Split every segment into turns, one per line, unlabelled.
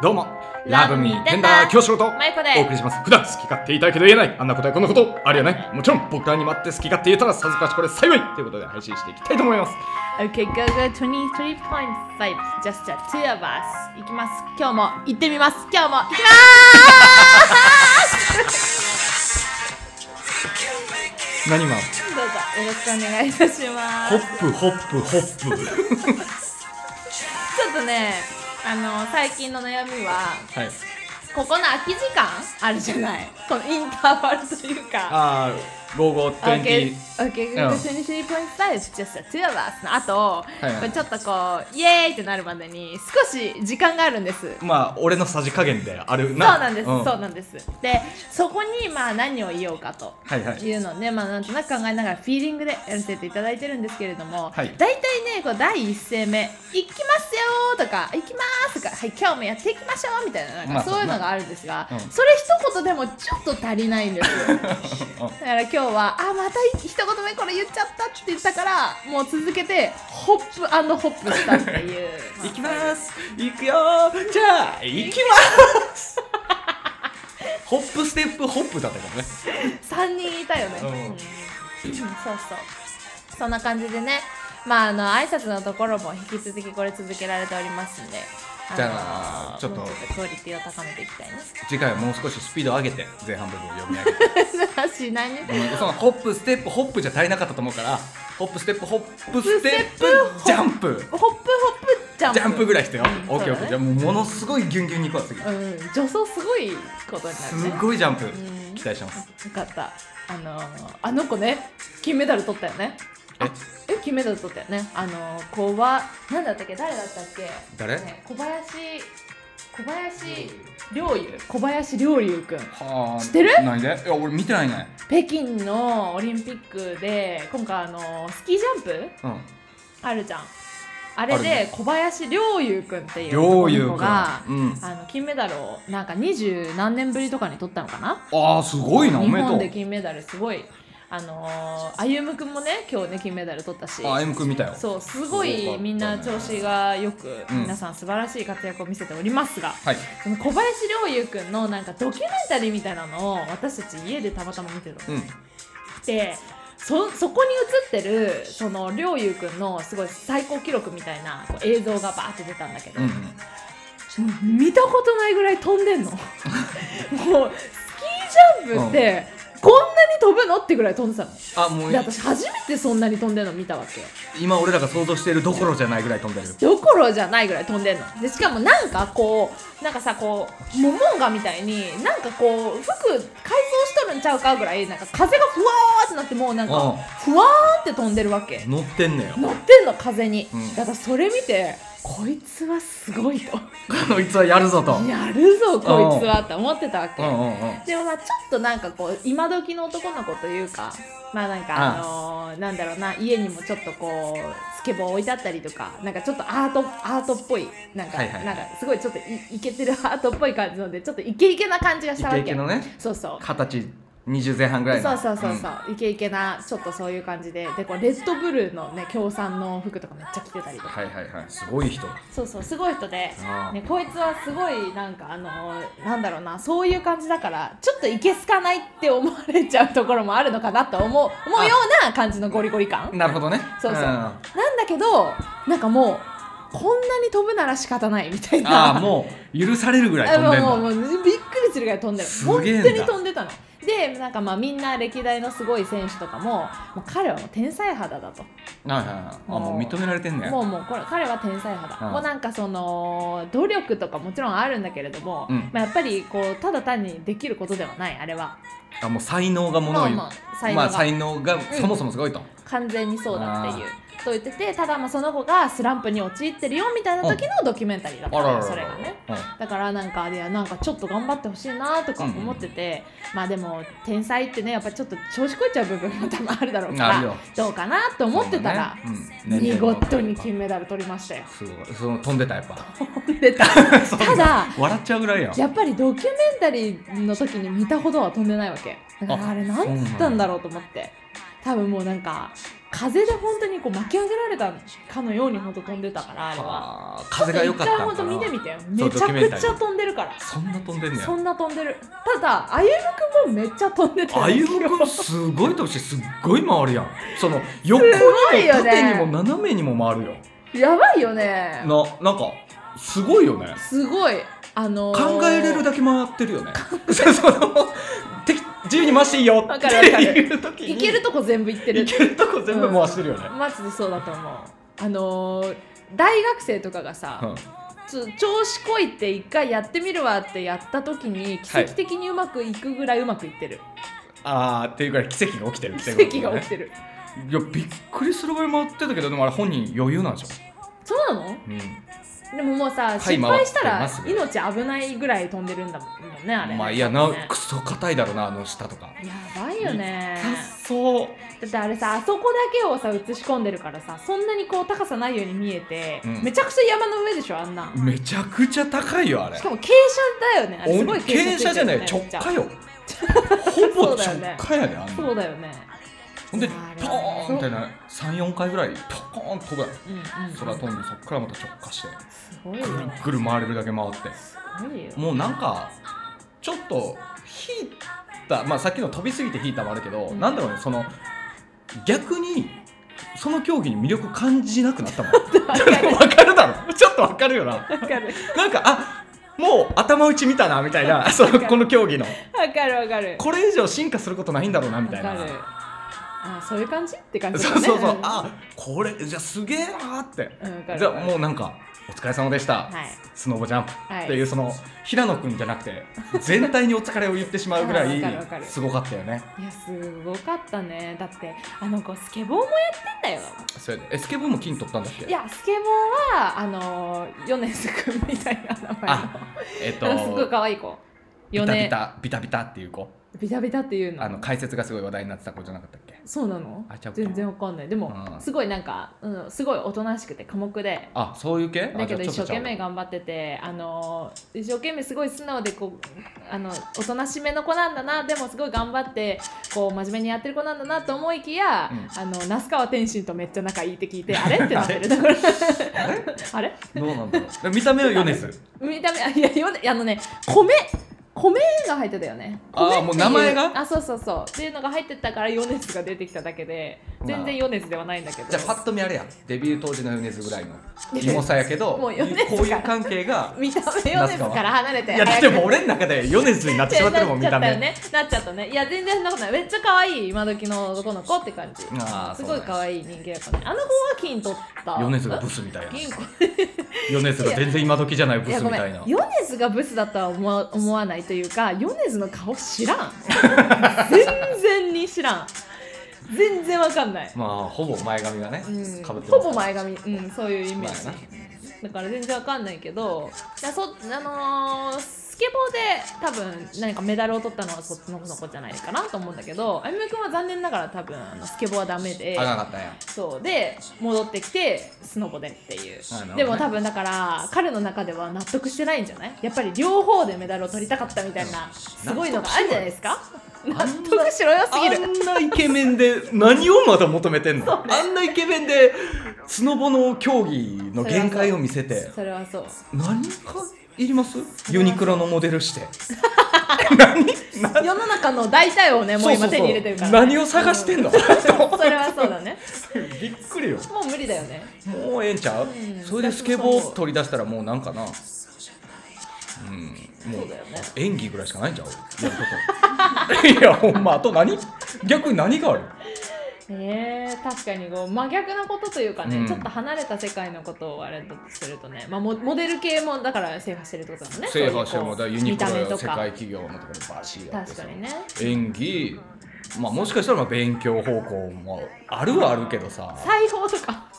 どうも、
Love me, tender
教師と
マイコで
お送りします。普段好き勝手言いたいけど言えない、あんなことやこんなことありやない。もちろん僕らに待って好き勝手言えたらさぞかしこれ幸いということで配信していきたいと思います。
Okay, go go 23.5 Just the two of us いきます今日も行ってみます今日も行きま
何今、
すどうぞよろしくお願いいたしま
ホ
す
ップホップホップ。
ちょっとねあの最近の悩み は
はい。
ここの空き時間あるじゃないこのインターバルというか
あー、午後
Okay,
20。
okay,
うん
go go 23.5 Just the two of us のあと、
いはい
これちょっとこうイエーイってなるまでに少し時間があるんです
まあ、俺のさじ加減である
そう
な。
なんです、そうなんですでそこにまあ何を言おうかと
はいはい
いうのをね、まあなんとなく考えながらフィーリングでやらせていただいてるんですけれども、
はい
大体ねこう第一声目「行きますよ」とか「行きます」とか「はい今日もやっていきましょう」みたいななん
まあ
かそういうのがあるんですが、
うん
それ一言でもちょっと足りないんですよだから今日は 「あまた一言目これ言っちゃった」って言ったからもう続けてホップホップしたって いう。まあ
行きます行くよじゃあ行き ますホップステップホップだったかもね
三人いたよね、
う
うんんそうそうそんな感じでねまああの挨拶のところも引き続きこれ続けられておりますんでの
じゃあちょっと
もうクオリティを高めていきたいね
次回はもう少しスピードを上げて前半部分を読み上げて
しないね
ごめんそのホップステップホップじゃ足りなかったと思うからホップステップホップステップジャンプ
ホップホップジャンプ
ジャンプぐらいしてよ、
うん
オッケーオッケーじゃ
そ
あ
う
もうものすごいギュンギュンにいこう次、
だねうん助走すごいことになる
す
ね
ごいジャンプ
ん
期待してます
よかったあのーあの子ね金メダル取ったよね
え
え金メダル取ったよねあのー子はなんだったっけ誰だったっけ
誰
ね小林小林陵侑小林陵侑くん
はあ
知ってる
何でいや俺見てないね
北京のオリンピックで今回あのスキージャンプ
うん
あるじゃんあれ
あるね
で小林陵侑くんっていう
陵
男
侑
の子が
くんうん
あの金メダルをなんか二十何年ぶりとかに取ったのかな
ああすごいなお
日
めでと
本で
う
金メダルすごいあのー、歩夢くんもね今日ね金メダル取ったし
ああ M 君見たよ
そうすご
すごかった
い
ね
みんな調子がよく
うん
皆さん素晴らしい活躍を見せておりますが、
はい
その小林陵侑くんのなんかドキュメンタリーみたいなのを私たち家でたまたま見てたの
うん
でそそこに映ってるその陵侑くんのすごい最高記録みたいなこう映像がバーって出たんだけど、
うんうん
もう見たことないぐらい飛ん でんのもうスキージャンプって、こんなに飛ぶのってぐらい飛んでたの
あもう
で私初めてそんなに飛んでるの見たわけ
今俺らが想像しているどころじゃないぐらい飛んでる
どころじゃないぐらい飛んでんのでしかもなんかこうなんかさこうモモンガみたいになんかこう服改造しとるんちゃうかぐらいなんか風がふわーってなってもうなんか
うん
ふわーって飛んでるわけ
乗ってんのよ
乗ってんの風に、
うん
だからそれ見てこいつはすごいと
こいつはやるぞとうん
やるぞこいつはって思ってたわけ、
うんうん
でもまあちょっとなんかこう今時の男の子というかまあなんかあのーなんだろうな家にもちょっとこうスケボー置いてあったりとかなんかちょっとアートアートっぽいなんか、
はいはい
なんかすごいちょっといイケてるアートっぽい感じのでちょっとイケイケな感じがし
イ
たわ
ケ
け
イケのね
そうそう
二十歳20前半ぐらい
そ
の
うそうそうそう、イケイケなちょっとそういう感じででこうレッドブルーのね協賛の服とかめっちゃ着てたりと
ん
か
はいはいはいすごい人
そうそうすごい人で
あー、
ね、こいつはすごいなんかあのなんだろうなそういう感じだからちょっといけすかないって思われちゃうところもあるのかなと思う思うような感じのゴリゴリ感
なるほどね
そうそうんなんだけどなんかもうこんなに飛ぶなら仕方ないみたいな
ああもう許されるぐらい
あ
飛んでん
もう
の
もうもうびっくりするぐらい飛んでる
す
本
げえんだ
当に飛んでたのでなんかまあみんな歴代のすごい選手とかももう彼はもう天才肌だと
はいはいはいあ
もう
もう認められてんね
もうもうこれ彼は天才肌、
うん
もうなんかその努力とかもちろんあるんだけれども、
うん
まあ、やっぱりこうただ単にできることではないあれは
あもう才能がものを言う
まあまあ才能
ま
が
あ才能がそもそもすごいと
完全にそうだっていう
あ
と言っててただまあその子がスランプに陥ってるよみたいな時のドキュメンタリーだっ
あ
た
ららら
の
ら
それがね
うん
だからなんかいやなんかちょっと頑張ってほしいなとか思ってて、まあでも天才ってねやっぱちょっと調子こいちゃう部分も多分あるだろうか
あるよ
らどうかなと思ってたら、
そうだねうん年
見
齢も
事に金メダル取り ましたよ
すごいその飛んでたやっ ぱ
出た ただ
笑っちゃうぐらいやん
やっぱりドキュメンタリーの時に見たほどは飛んでないわけだから
あ
あれ何だったんだろうと思って多分もうなんか風で本当にこう巻き上げられたかのように本当飛んでたからあれは。
あー風が良かった
一回
ん
本
か
当
な
見てみてよ
そう
めち
ド
ゃ
キュメンタリー
くちゃ飛んでるから
そんな飛んでんね
そ
や
んな飛んでるただ歩夢君もめっちゃ飛んでた
あゆむくんすごい飛ぶしすっごい回るやんその横にも
ごいよね
縦にも斜めにも回るよ
やばいよね
ななんかすごいよね
すごいあのー
考えれるだけ回ってるよね その適自由に回していいよ
わ
って
かるわかる
いう時に
いけるとこ全部行ってる
いけるとこ全部回してるよね、
マジでそうだと思うあのー大学生とかがさ、
うん
ちょ調子こいて一回やってみるわってやった時に奇跡的にうまくいくぐらいうまくいってる、
あーっていうぐらい奇跡が起きてるって
奇跡が起きてる
いやびっくりするぐらい回ってたけどでもあれ本人余裕なんでしょ、
そうなの
う
でももうさ、
い
失敗した
回
ら
ってます
命危ないぐらい飛んでるんだもんねあれ
ん、
ね
まあいや
多
な
分ね
クソ硬いだろうなあの下とか
やばいよね
そう
だってあれさあそこだけをさ映し込んでるからさそんなにこう高さないように見えて、
うん
めちゃくちゃ山の上でしょあんな
めちゃくちゃ高いよあれ
しかも傾斜だよねあれすごい傾斜
傾斜じゃないよ直下
よ
よ ほぼ
そ
直
うだよね
下やねあんな
そうだよね
ほんで
あれ
ポーンってね34回ぐらいポコーン飛ぶやん
うんうん
空飛んでそっからまた直下して
すごいよ
ぐるぐる回れるだけ回って
すごいよ
もうなんかちょっと引いたまあさっきの飛びすぎて引いたもあるけど、
うん
なんだろうねその逆にその競技に魅力感じなくなった もん
わかる
わかるだろちょっと わかるよな
わかる
なんかあもう頭打ち見たなみたい なそ
わ
の
かる
この競技の
わかるわかる
これ以上進化することないんだろうなみたい
わか
な
るあそういう感じって感じだ
そ
ね
うそうそうあこれじゃあすげえなーって
うんわかる
じゃあもうなんかお疲れ様でした、
はい
スノボジャンプ
はい
っていうその平野君じゃなくて全体にお疲れを言ってしまうぐら
あーわかるわか
い
る
すごかったよね
いやすごかったねだってあの子スケボーもやってんだよ
それでえスケボーも金取ったんだっけ
いやスケボーはあの米津君みたいな名前の
あえっ、
あ のすごい
と
可愛い子
ビ
米
タビタビタビタっていう子
ビタビタっていうの
あの解説がすごい話題になってた子じゃなかったっけ
そうなの
あちゃうか
全然わかんないでも
うん
すごいなんか、うん、すごいおとなしくて寡黙で
あそういう系
だけど
あじ
一生
ゃあちょっ
懸
とちゃう
命頑張っててあの一生懸命すごい素直でこうあのおとなしめの子なんだなでもすごい頑張ってこう真面目にやってる子なんだなと思いきや、
う
あの那須川天心とめっちゃ仲いいって聞いてあれってなってるだから あれ
どうなんだろう 見た目はヨネズ
見た目あいやよねあのね米米が入ってたよね
あー
米ってい
もう名前が
あそうそうそうっていうのが入ってたから米津が出てきただけで全然米津ではないんだけど
じゃあパッと見あれやデビュー当時のヨネズぐらいの
いや
キモさやけど
も
こ
う
う
ヨネズから
いう関係 が
見た目米津から離れて
いや
早く
でも俺の中でヨネズになってしまってるもん見
なっち
た
ゃった
目
よねなっちゃったねいや全然そんなことないめっちゃ可愛い今時の男の子って感じ
あー
すごい
そうなんや
可愛い人間やからねあの子は金取った
ヨネズがブスみたいな
金庫
ヨネズが全然今時じゃないブ
いや
ス
ご
み
め
た
ん
いな
米津がブスだとは思わ思わないというか米津の顔知らん全然に知らん全然わかんない、
まあほぼ前髪がね
う
かぶって
ん、
ます
ほぼ前髪、うん、そういうイメージ、
まあ
だから全然わかんないけどいやそあのースケボーで多分何かメダルを取ったのはそっちの子じゃないかなと思うんだけどあゆみくんは残念ながら多分あのスケボーはダメで
あかんかったんや
そうで戻ってきてスノボでっていう
あなるほどね
でも多分だから彼の中では納得してないんじゃないやっぱり両方でメダルを取りたかったみたいなすごいのがあるんじゃないですか納
納
得しろよすぎ
あ
る
んなイケメンで何をまだ求めてんの
そうね
あんなイケメンでスノボの競技の限界を見せて
それはそう
何かいりますユニクロのモデル して何何
世の中の大体をねもう今手に入れてるから、ね、
そうそうそう何を探してん の
それはそうだね
びっくりよ
もう無理だよね
もうええんちゃう、
ん
それでスケボー取り出したらもうなんかなうんもう
そうだよね
演技ぐらいしかないんちゃうやること いやほんまあと何逆に何がある
えー、確かにこう真逆なことというかね、
うん
ちょっと離れた世界のことをあれだとするとね、まあ、モモデル系もだから制覇してるってことだもんね
制覇して
そうい
もだ
うこう
からユニクロ
見た目
や
と
世
か
界企業のところでバシーやって
確
さ
かにね
演技まあもしかしたらまあ勉強方向もあるはあるけどさ
裁縫とか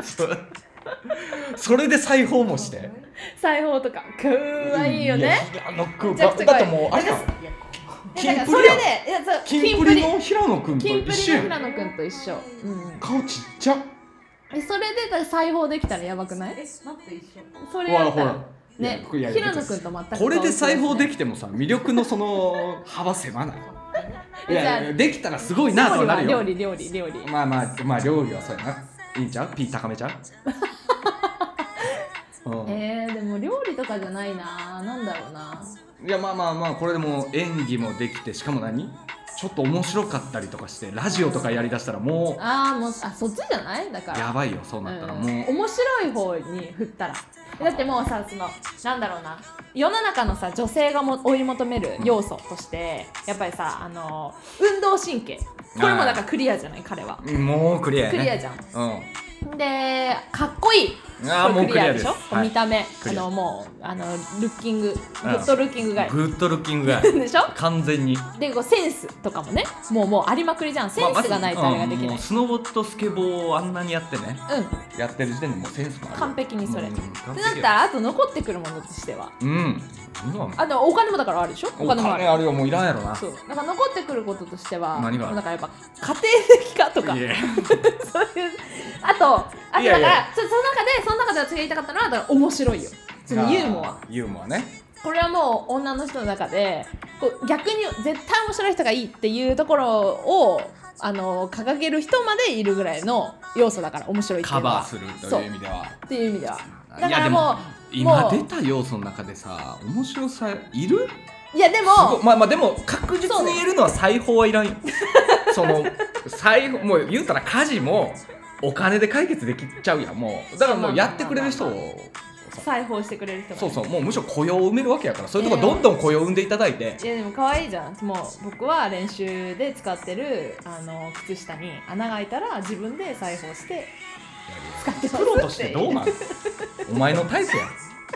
そそれで裁縫もして
裁縫とかかわいいよね
や平野くん
めちゃくちゃ
だ
可
っ
愛
て
い
もうあれやん
いやだから
キン
そ
プ
れ
リやん
でいやそう
キ
キ
ン
ンプ
プ
リ
リの平野くんと
キンプ
一
リ
緒
の
やん
平野くんと一緒、うん、
顔ちっちゃ
えそれでだから裁縫できたらやばくないえ待って一緒それ
ほ
や
ら
っ
ほ
た
ら
らね
いやいや
平野くんと全く
これで裁縫で
き
きてもさ魅力のその幅狭ないいやいやできたらすごいなとはなる
料
よ
理料理料理料理
まあまあまあ料理はそうやないいんちゃうピー高めちゃ う、うん
えー、でも料理とかじゃないななんだろうない
やまあまあまあこれでもう演技もできてしかも何ちょっと面白かったりとかしてラジオとかやりだしたらも
あーもうあそっちじゃないだか
う
ら
やばいよそうなったらもう、
ん、面白い方に振ったらだってもうさそのなんだろうな世の中のさ女性がも追い求める要素としてやっぱりさあの運動神経これもだからクリアじゃない彼は
もうクリアやね
クリアじゃん
うん
でかっこいい
あー
これ
もうクリアです
しょ、
はい
見た目
ク
あ
リア
のもうあのルッキンググッドルッキングがい
グッドルッキングが
でしょ
完全に
でこうセンスとかもねもうもうありまくりじゃんセンスがないとあれができ
ま
な
あまずうんも、
い
スノボ
う
とスケボーをあんなにやってね
うん
やってる時点でもうセンスもある
完璧にそれ、
うん
ってな
完
っ
璧
たらあと残ってくるものとしては
うんうわ
あでもお金もだからあるでしょお
お
金もあ
金
る
あるよもういらんやろな
そうだから残ってくることとしては
何がある
だからやっぱ家庭的かとか
いや
そういうあとあとだから
いやいや
ちょその中でその中で私が言いたかったのはだから面白いよそのユーモア
あーユーモアね
これはもう女の人の中でこう逆に絶対面白い人がいいっていうところをあの掲げる人までいるぐらいの要素だから面白いっていう
カ
のは
バーするという意味では
っていう意味ではだか
いや
ら
で
も
も
う
今
もう
出た要素の中でさ面白さいる
いやです
ご
も
いまあまあでも確実に言えるのは裁縫はいらんよその裁縫もう言うたら家事もお金で解決できちゃうやんもうだからもうやってくれる人をさ
裁縫してくれる人が
そうそうもうむしろ雇用を埋めるわけやからそういうとこどんどん雇用を生んでいただいて
いやでも可愛いじゃんもう僕は練習で使ってるあの靴下に穴が開いたら自分で裁縫して使ってま
プ
す
ロとしてどうなのお前のタイプや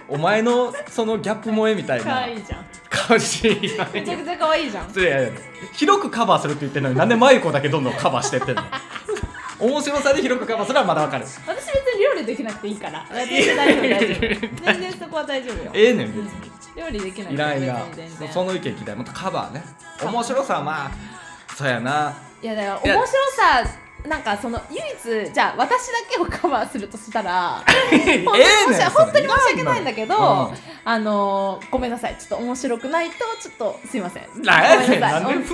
お前のそのギャップ萌えみたい
可
な
愛いじゃん
感じいらん
めちゃ
よ
くちゃ可愛いじゃん
いやいや広くカバーするって言ってるのになんでマユコだけどんどんカバーしてってんの面白さで広くカバーするのはまだわかる
私別に料理できなくていいから全然大丈夫大丈夫全然そこは大丈夫よ
ええねん別に
料理できなくて
いらんいらん
別に全
そ
然
その意見聞きたいもっとカバーね面白さはまあそうやない
やだから
いや
面白さなんかその唯一じゃあ私だけをカバーするとしたら
ええねん
本当に申し訳
それ
本当に申し訳ないんだけど、
うん
あのーごめんなさいちょっと面白くないとちょっとすいませんごめんな
なんや
さ
ね
い
んなん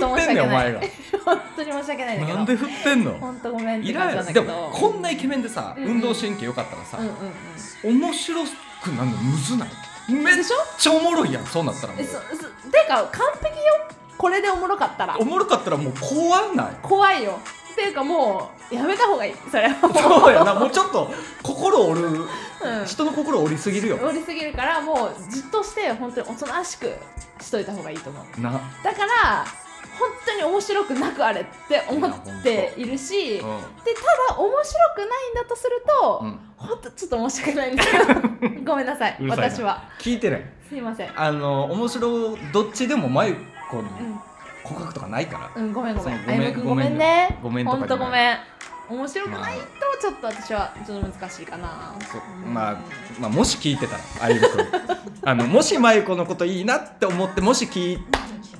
で振ってんねんお前
本当申し訳ない
が
本当に申し訳ないんだけ
なん
ど
で振ってんの
本当ごめんっ
い
て
ら
感
ん
じ
やろ
なんだ
で
け
も
ど
こんなイケメンでさ
うんうん
運動神経良かったらさ
うんうんうん
面白くなんのむずないめっ
でしょ
ちゃおもろいやんそうなったらも
え
う
そそてか完璧よこれでおもろかったら
おもろかったらもう怖 ない
怖いよっていうかもうやめた方がいいそれはもう
そうやなもうちょっと心折る、
うん
人の心折りすぎるよ
通り過ぎるからもうじっとして本当におとなしくしといた方がいいと思う
な
だから本当に面白くなくあれって思っているしで
うん
ただ面白くないんだとすると、
うん
本当ちょっと申し訳ないんだ けどごめんなさいう
るさいな
私は
聞いてない
すいません
あの面白どっちでもマユコに
うん、
告白とかないから、
うん、ごめんごめん
そうご
あ
めん
ゆむくんごめんね
ごめんごめんと
本
か
当
じ
ご
ゃな
めん面白くないとちょっと私はちょっと難しいかな、
そう
うん
まあ、まあもし聞いてたらあゆむくんあのもしマユコのこといいなって思ってもし聞い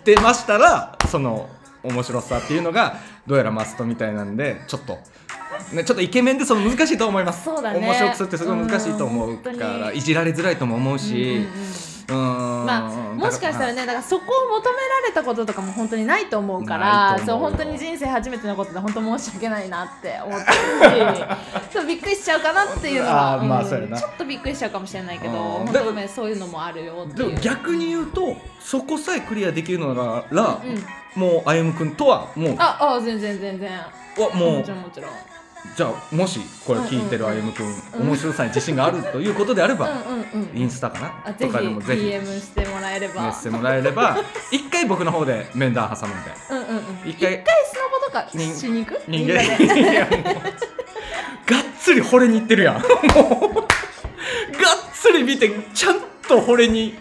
てましたらその面白さっていうのがどうやらマストみたいなんでちょっと。ね、ちょっとイケメンでその難しいと思います
そうだね
面白くするってすごい難しいと思うか
うん本当
ら
に
いじられづらいとも思う
うん
し
うんう
う
ん
ーん
まあ、もしかしたらねだからそこを求められたこととかも本当にないと思うか
な
ら
いと
そう
思うよ
本当に人生初めてのことで本当申し訳ないなって思って るしそうびっくりしちゃうかなっていうのは
あーまあ
ん
そうやな
ちょっとびっくりしちゃうかもしれないけど
うん
本当ごめんそういうのもあるよって
で
いう
も逆に言うとそこさえクリアできるのなら、
うん
もう歩夢君とはもう
ああ全然全然
わも
も
う
ちろんもちろん
じゃあもしこれ聞いてる
うん
歩
うんうん
夢君、
うん
面白さに自信があるということであれば、
うんうんう
イ
ん
ンスタかな
あぜ
と
ひ
かでもぜひメ
DM してもらえれば
ッセもらえれば一回僕の方で面談挟むんで
うんうんう
一
ん一
回
回スノボとか
人
しに行く
人
みんな
間
で
いやもうがっつり惚れに行ってるやんもうがっつり見てちゃんと惚れに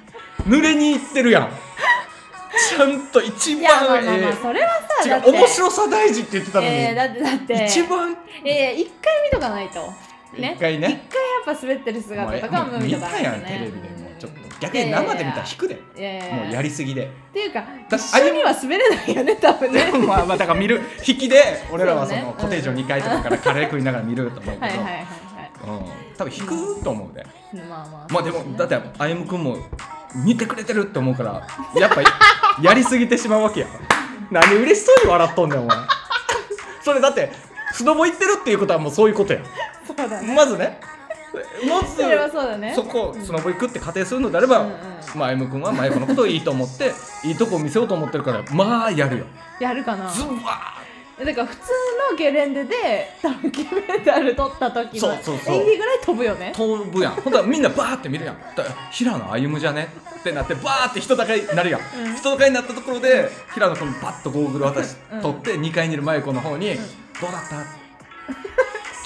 濡れに行ってるやんちゃんと一
いやまあま
番
あま
え
あそれはさ
え
だ
違
って
う面白さ大事って言ってたのに、
えーだってだって
一番
ええ一回見とかないと。ね、
一回ね
一回やっぱ滑ってる姿とかは
もう
もう見
見
とかな
た
い
や
と
んテ
ね。
レビでもうちょっと
ん
逆に生で見たら引くで
いやいやいや
もうやりすぎで
っていうか
だ
一緒には滑れないよね多分ね。
まあまあだから見る引きで俺らはそ
そう
の
ね
コテージを2階とかからカレー食いながら見ると思う
は
け
いはい
ど
はい
うん多分引くと思うで
はい。まあまあ。
まあでもだって歩 夢君も見てくれてるって思うからやっぱやりすぎてしまうわけや何嬉しそうに笑っとんねんお前それだってスノボ行ってるっていうことはもうそういうことや
そうだね
まずねまず
それはそうだね
そこスノボ行くって仮定するのであれば、
うんうん
まあ M 君は麻衣子のことをいいと思っていいとこ見せようと思ってるからまあやるよ
やるかな
ズワ
だから普通のゲレンデで多分金メダル取った時の
そうそうそう
演技ぐらい飛ぶよね
ー飛ぶやんほんとはみんなバーって見るやんだ平野歩夢じゃねってなってバーって人高になるやん、
うん
人高になったところで平野君バッとゴーグル渡し、
うん
取って2階にいる麻衣子の方に、
ん
どうだった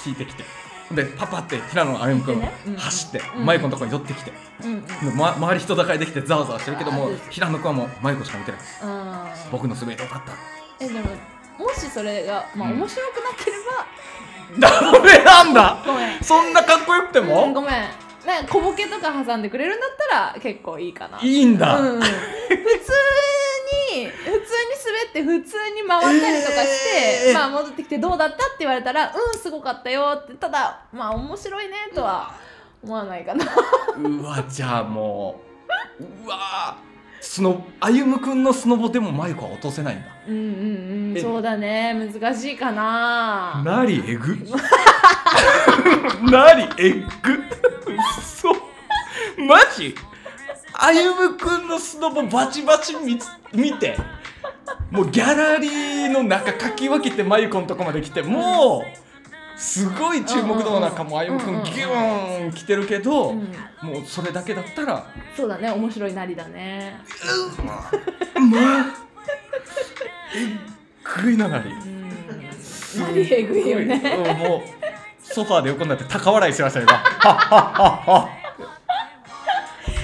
聞いてきてでパパって平野歩夢君
でねうん
走って
うん
麻衣子のとこに寄ってきて、
うんうん
ま、周り人高いできてざわざわしてるけども
うん
平野君はもう麻衣子しか見てない
あー
僕の滑りよかった
えでももしそれが、まあ、
うん
面白くなければ、
ダメなんだ
ごめん
そんなかっこよくて
うんご
も
めんなんか小ボケとか挟んでくれるんだったら結構いいかない
いんだ、
うん、普通に普通に滑って普通に回ったりとかして、
えー
まあ戻ってきてどうだったって言われたらうんすごかったよってただまあ面白いねとは思わないかな、
うわじゃあもううわその歩夢君のスノボでもマイクは落とせないんだ
うんうんうん
え
そうだね難しいかな
なりえ ぐなりえぐそマジ歩夢君のスノボバチバチ見つ見てもうギャラリーの中かき分けてマユコのとこまで来てもうすごい注目度の中もう歩夢君ギューン来てるけど、
うん、
もうそれだけだ ったら
そうだね面白いなりだね
まあえっぐいななり
うんなりえぐいよね
うんもうソファーで横になって高笑いしてましたよ今はっはっはっは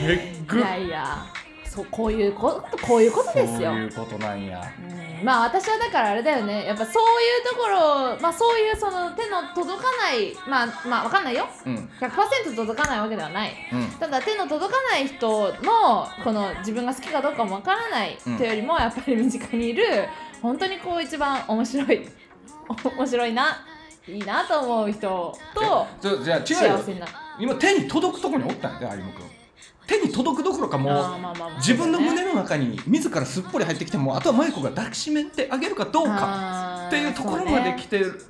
えっ
い
ぐ
やいやそうこういうことこういうことですよ
そういうことなんや
うんまあ私はだからあれだよねやっぱそういうところ、まあ、そういうその手の届かないまあまあわかんないよ
うん
100%届かないわけではない
うん
ただ手の届かない人のこの自分が好きかどうかもわからない
うん
というよりもやっぱり身近にいる本当にこう一番面白い お面白いないいなと思う人と
えじゃじゃあ違う
幸
よ
せになる
今手に届くとこにおったんやで歩夢君手に届くどころかもう
あーまあまあまあ
自分の胸の中に自らすっぽり入ってきてもあとはマイコが抱きしめてあげるかどうか
あー
っていうところま
そ
で
うね
来てる、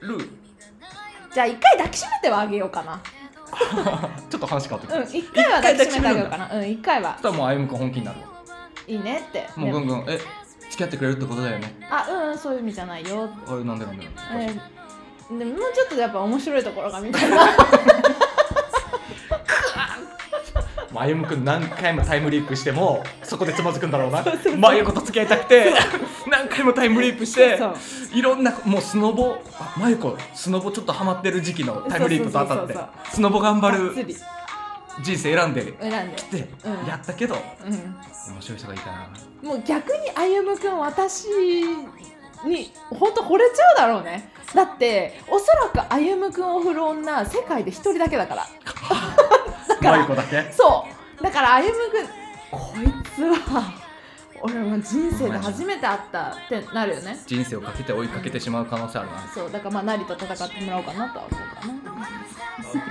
じゃあ一回抱きしめてはあげようかな
ちょっと話変わってく
う
る、
ん一回は抱きしめてあげようかなうん一回は
そしたらもう歩夢君本気になるわ
いいねって
もうぐんぐんえ付き合ってくれるってことだよね
あうんそういう意味じゃないよ、
あれなんでなんでなんで
えーでももうちょっとやっぱ面白いところが見たい な
まゆむくん何回もタイムリープしてもそこでつまずくんだろうなまゆこと付き合いたくて何回もタイムリープして
そう
いろんなもうスノボあまゆこスノボちょっとハマってる時期のタイムリープと当たって
そうそうそう
スノボ頑張
がっつ
る
り
人生選んで
選んで
きて
うん
やったけど
う
面白い人がいいかなん
もう逆に歩夢君私に本当惚れちゃうだろうねだっておそらく歩夢君を振る女世界で一人だけだからから
まゆこだけ
そうだから歩夢君こいつは俺も人生で初めて会ったってなるよね
人生をかけて追いかけてしまう可能性あるな
そうだからまあなりと戦ってもらおうかなとは思うかな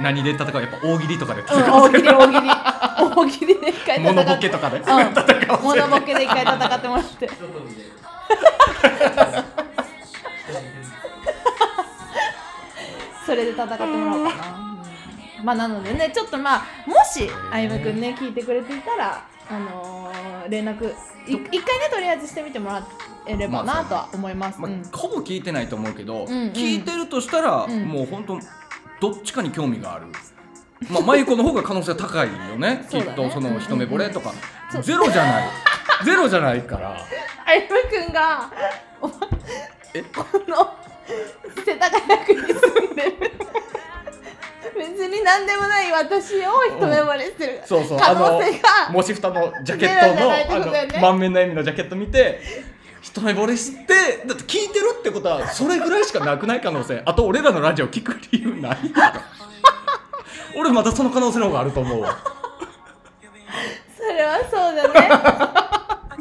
何で戦うやっぱ大喜利とかで
うん、
戦う
大喜利大喜利大喜利で一回戦って
モノボケとかで
う ん
戦う
モノボケで一回戦ってもらってそれで戦ってもらおうかな、うんまあなのでねちょっとまあもしあゆむくんね聞いてくれていたらあのー連絡い一回ねとりあえずしてみてもらえればなとは思います、
まあ
うん
ほぼ聞いてないと思うけど、
んうん
聞いてるとしたら、
うん
もう本当どっちかに興味がある。まあ、マイコの方が可能性高いよねき
そう
っ
だね
とその一目惚れとか、
そう
ゼロじゃない ゼロじゃないから
あゆむくんがお
え
この世田谷区に住んでる別に何でもない私を一目惚れしてる
そうそう
可能性が
もしふたのジャケット
ゼロ
の,、
じゃないってことだよね
あの満面の笑みのジャケット見て一目惚れしてだって聞いてるってことはそれぐらいしかなくない可能性あと俺らのラジオ聞く理由ない 俺またその可能性の方があると思うわ
それはそう だ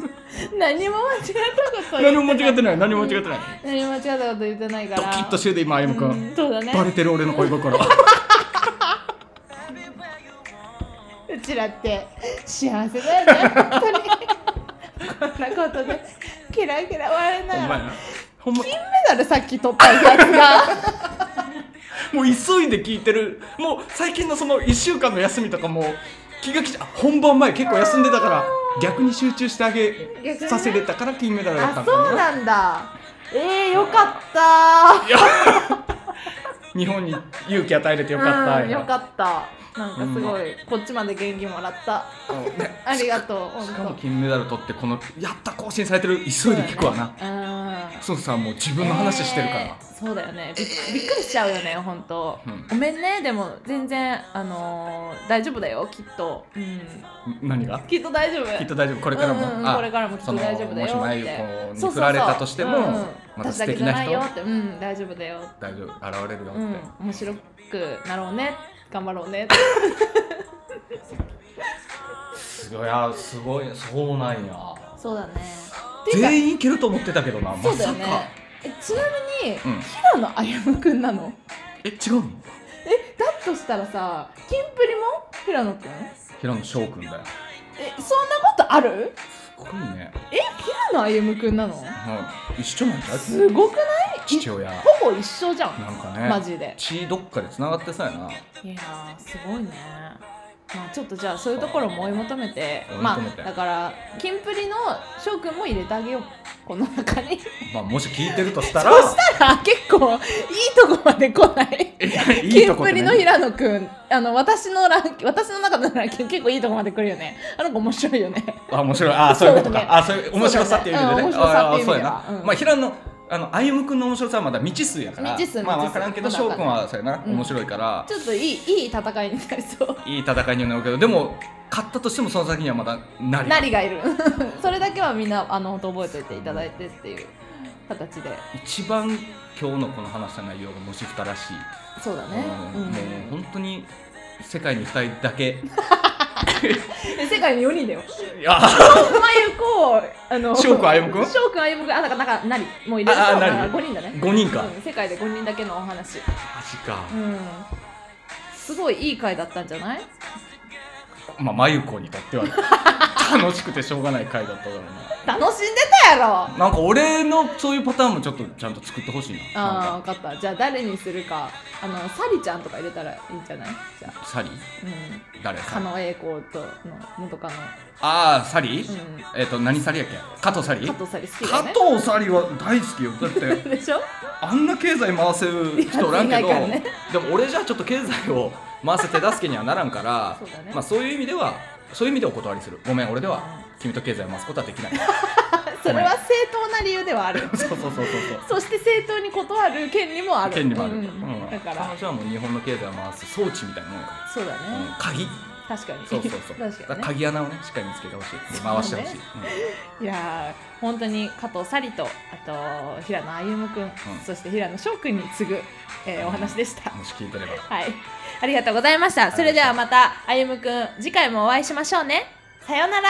ね何も間違ったこと言ってない
何も間違ってない何も間違ってない
何も間違ったこと言ってないか
ド
ら
キッとしてるで今歩夢君、
うんそうだね
バレてる俺の恋 心
うちらって幸せだよね本当にこんなことでケラケラ笑いな
ほん
が
ま
ら
や
金
なほんま
メダルさっき取ったやつが
もう急いで聞いてるもう最近のその1週間の休みとかも気がきちゃ本番前結構休んでたから逆に集中してあ
逆に
げ
ね
させれたから金メダルだった
あ
ん
そう
だ
なんだえー、よかった
日本に勇気与えれてよかった、
うん、よかったなんかすごい、こっちまで元気もらった
うんね
ありがとう本
し
当
かも金メダル取ってこのやった更新されてる急いで聞くわな
なうん
そうさもう自分の話してるから、
えーそうだよねびっびっくりしちゃうよね本当、
うん
ごめんねでも全然あのー大丈夫だよきっと、うん、
ん何が
きっと大丈夫
きっと大丈夫これからも、
うんうん、
あ
これからもきっと大丈夫だよって
そのもし真由子
そうそうそう
に振られたとしても
うんうん
また素敵な人
私だけじゃないよってうん大丈夫だよ
大丈夫現れるよって、
うん面白くなろうね頑張ろうねって
すごいやすごいそうなんや
そうだねっていうか
全員いけると思ってたけどなま
そうだ
さ
よ
か、
ねえちなみに、
うん
平野歩夢くんなの
え違うの
えだとしたらさキンプリも平野くんえ
平野翔くんだよ
そんなことある
すごいね
え平野歩夢くんなの
うん一緒なんじゃない
すごくない
父親なん
ほぼ一緒じゃん
かね
マジで
血どっかで繋がってさやない
やーすごいねまあちょっとじゃあそういうところも追い求めて
追い
ま
求めて
あだからキンプリの翔くんも入れてあげようこの中に
まあもし聞いてるとしたら
あ結構いいとこまで来ない
いやい
キ
い
ン
とこ
プ
で
リの
ね
平野くんあの私のランキ私の中のランキング結構いいとこまで来るよねあの子面白いよね
あ面白いあそういうこと
そうだね
かあそういう面白さっていう意味でね
そうだねうん面白さっていう意味では
ああそうやな
うん
まあ平野あの歩夢君の面白さはまだ未知数やから
未知数
まあ分
未知数
からんけど
まだ
翔
わか
く
んなんい
はそうやな
うん
面白いから
ちょっといいいい戦いになりそう
いい戦いにはなるけどでも勝ったとしてもその先にはまだなり
なりがいる それだけはみんなあの本当覚えておいていただいてっていう形で
一番今日のこの話した内容がもし二らしい
そうだね、
う
うん
も
ん
う本当に世界に2人だ け
え世界に4人だよ
いや
まゆこあの
翔くん歩夢くん
翔くん歩夢くんあだからなんかなりもういる
ああなり
5人だね
5人か
うん、世界で5人だけのお話
か
うんすごいいい回だったんじゃない
まあ真由子にとっては楽しくてしょうがない回だっただろうな
楽しんでたやろ
なんか俺のそういうパターンもちょっとちゃんと作ってほしいな
ああ
なん
分かったじゃあ誰にするかあのサリちゃんとか入れたらいいんじゃないじゃあ
かサリ
うん
誰
狩野英孝との元カノ
ああサリ、
うん
えっ、と何サリやっけ加藤サリ
加藤サリ好きだ
加
よね
藤サリは大好きよだって
でしょ
あんな経済回せる人おらんけ
いやいない
ど、
からね
でも俺じゃちょっと経済を回す手助けにはならんから
そうだね
まあ、そういう意味ではそういう意味でお断りするごめん俺では君と経済を回すことはで きない
それは正当な理由ではある
そうそうそうそう
そして正当に断る権利もあ
そう
る
権利もある、
うん
うん
だから
彼女はもう日本の経済を回す装置みたいなもんやか
そうだね、
ら、うん、鍵
確かに
そうそうそう
確
だ
からにね
鍵穴をねしっかり見つけてほしいで回してほしい、
いやー本当に加藤サリとあと平野歩夢君、そして平野翔君に次ぐ、えーお話でした
うんもし聞いてれば
はいありがとうございましたそれではまた歩夢君次回もお会いしましょうねさようなら